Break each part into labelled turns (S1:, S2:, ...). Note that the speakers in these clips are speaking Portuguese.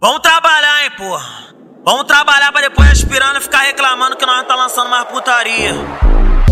S1: Vamos trabalhar, hein, porra. Vamos trabalhar pra depois aspirando e ficar reclamando que nós não tá lançando mais putaria.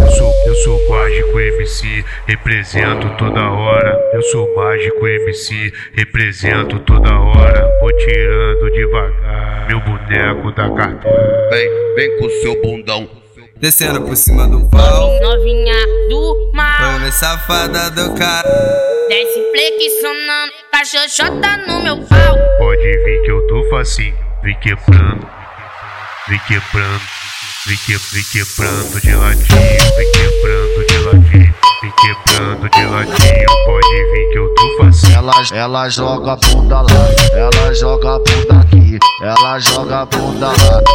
S2: Eu sou, eu sou mágico MC, represento toda hora. Eu sou mágico MC, represento toda hora. Vou tirando devagar meu boneco da cartola.
S3: Vem, vem com o seu bundão.
S4: Descendo por cima do pau.
S5: Novinha do mar,
S4: Vamos ver safada do cara.
S5: desce flexionando, pra xoxota no meu pau.
S2: Pode vir que eu tô facinho, vem quebrando, vem quebrando, vem, que, vem quebrando de latinho, vem quebrando de latinho, vem quebrando de latinho. Pode vir que eu tô facinho.
S6: Ela, ela joga bunda lá, ela joga bunda aqui, ela joga bunda lá.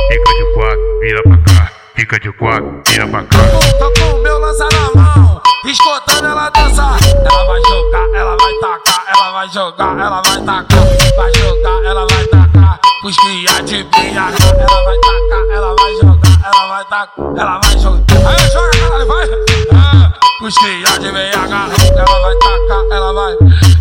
S2: Fica de quatro, vira pra cá. Fica de quatro, vira pra cá.
S7: Tô com o meu lança na mão, escutando ela dançar. Ela vai jogar, ela vai tacar, ela vai jogar, ela vai tacar. Vai jogar, ela vai tacar, os cria de BH. Ela vai tacar, ela vai jogar, ela vai tacar, ela vai jogar. Aí joga, caralho, vai! Ah, os cria de BH, ela vai tacar, ela vai.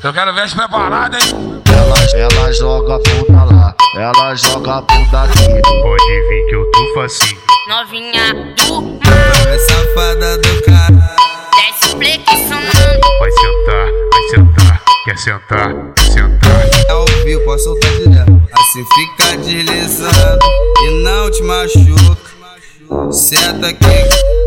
S7: Eu quero ver as preparadas, hein?
S6: Ela, ela joga bunda lá, ela joga bunda aqui.
S2: Pode vir que eu tô facinho.
S5: Novinha do mar,
S4: Vamos ver safada do cara.
S5: desce flexionando,
S2: Vai sentar, vai sentar, quer sentar, quer sentar.
S4: É ao vivo, posso soltar direto. Assim fica deslizando e não te machuca. Senta aqui,